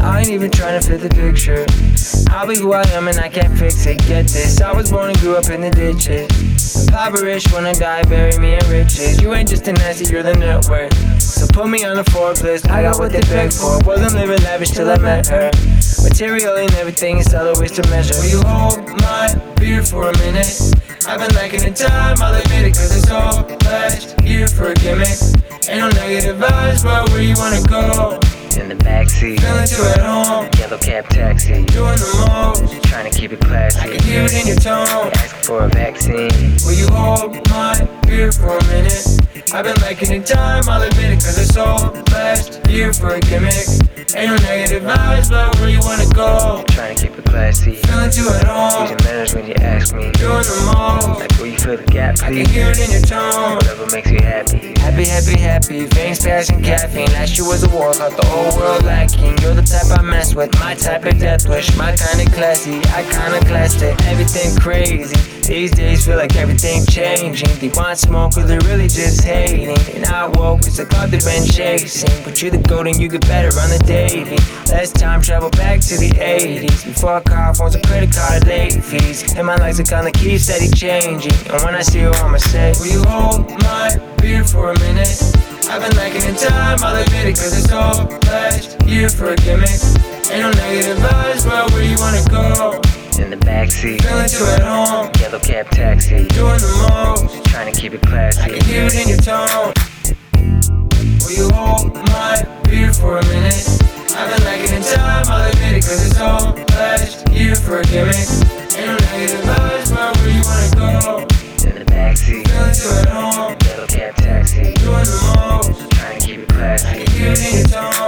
I ain't even trying to fit the picture. I'll be who I am and I can't fix it. Get this, I was born and grew up in the ditches. Impoverished when I die, bury me in riches. You ain't just an asset, you're the net worth. So put me on the Forbes list, I got what they beg for. Wasn't living lavish till I met her. Material ain't everything, it's other ways to measure. Will you hold my beer for a minute? I've been lacking in time, I'll admit it, cause it's all last year for a gimmick. Ain't no negative vibes, but where you wanna go? in the backseat. Feeling too at home, Yellow cab taxi. doing the most. Trying to keep it I classy. can hear it in your tone. Ask for a vaccine. Will you hold my beer for a minute? I've been lacking in time, I'll admit it, cause it's all last year for a gimmick. Ain't no negative vibes, but where you wanna go? Trying to keep it classy. Feeling too at home, Using manners when you ask me. doing the most. Like where you feel the gap, I can please. hear it in your tone. Whatever makes you happy. Happy, happy, happy. Veins passing caffeine. Last year was a war, got the whole world lacking. You're the type I mess with, my type of death wish. My kind of classy, iconoclastic. Everything crazy. These days feel like everything changing. They want smoke, but they really just hating. And I woke, it's a thought they've been chasing. But you're the goat and you get better on the daily. Last time travel back to the 80s. Before car phones and credit card late fees. And my lexicon, the key said he changing. And when I see you, I'ma say, Will you hold my beer for a minute? I've been lacking in time, I'll admit it, cause it's all last year for a gimmick. Ain't no negative vibes, but where you wanna go? In the backseat. Feeling too at home, Yellow cab taxi. doing the most. Trying to keep it I classy. can hear it in your tone. Will you hold my beer for a minute? I've been lacking in time, I'll admit it, cause it's all last year for a gimmick. Ain't no negative vibes, but where you wanna go? In the backseat. Feeling too at home, Yellow cab taxi. doing the most. Trying to keep it I classy. can hear it in your tone.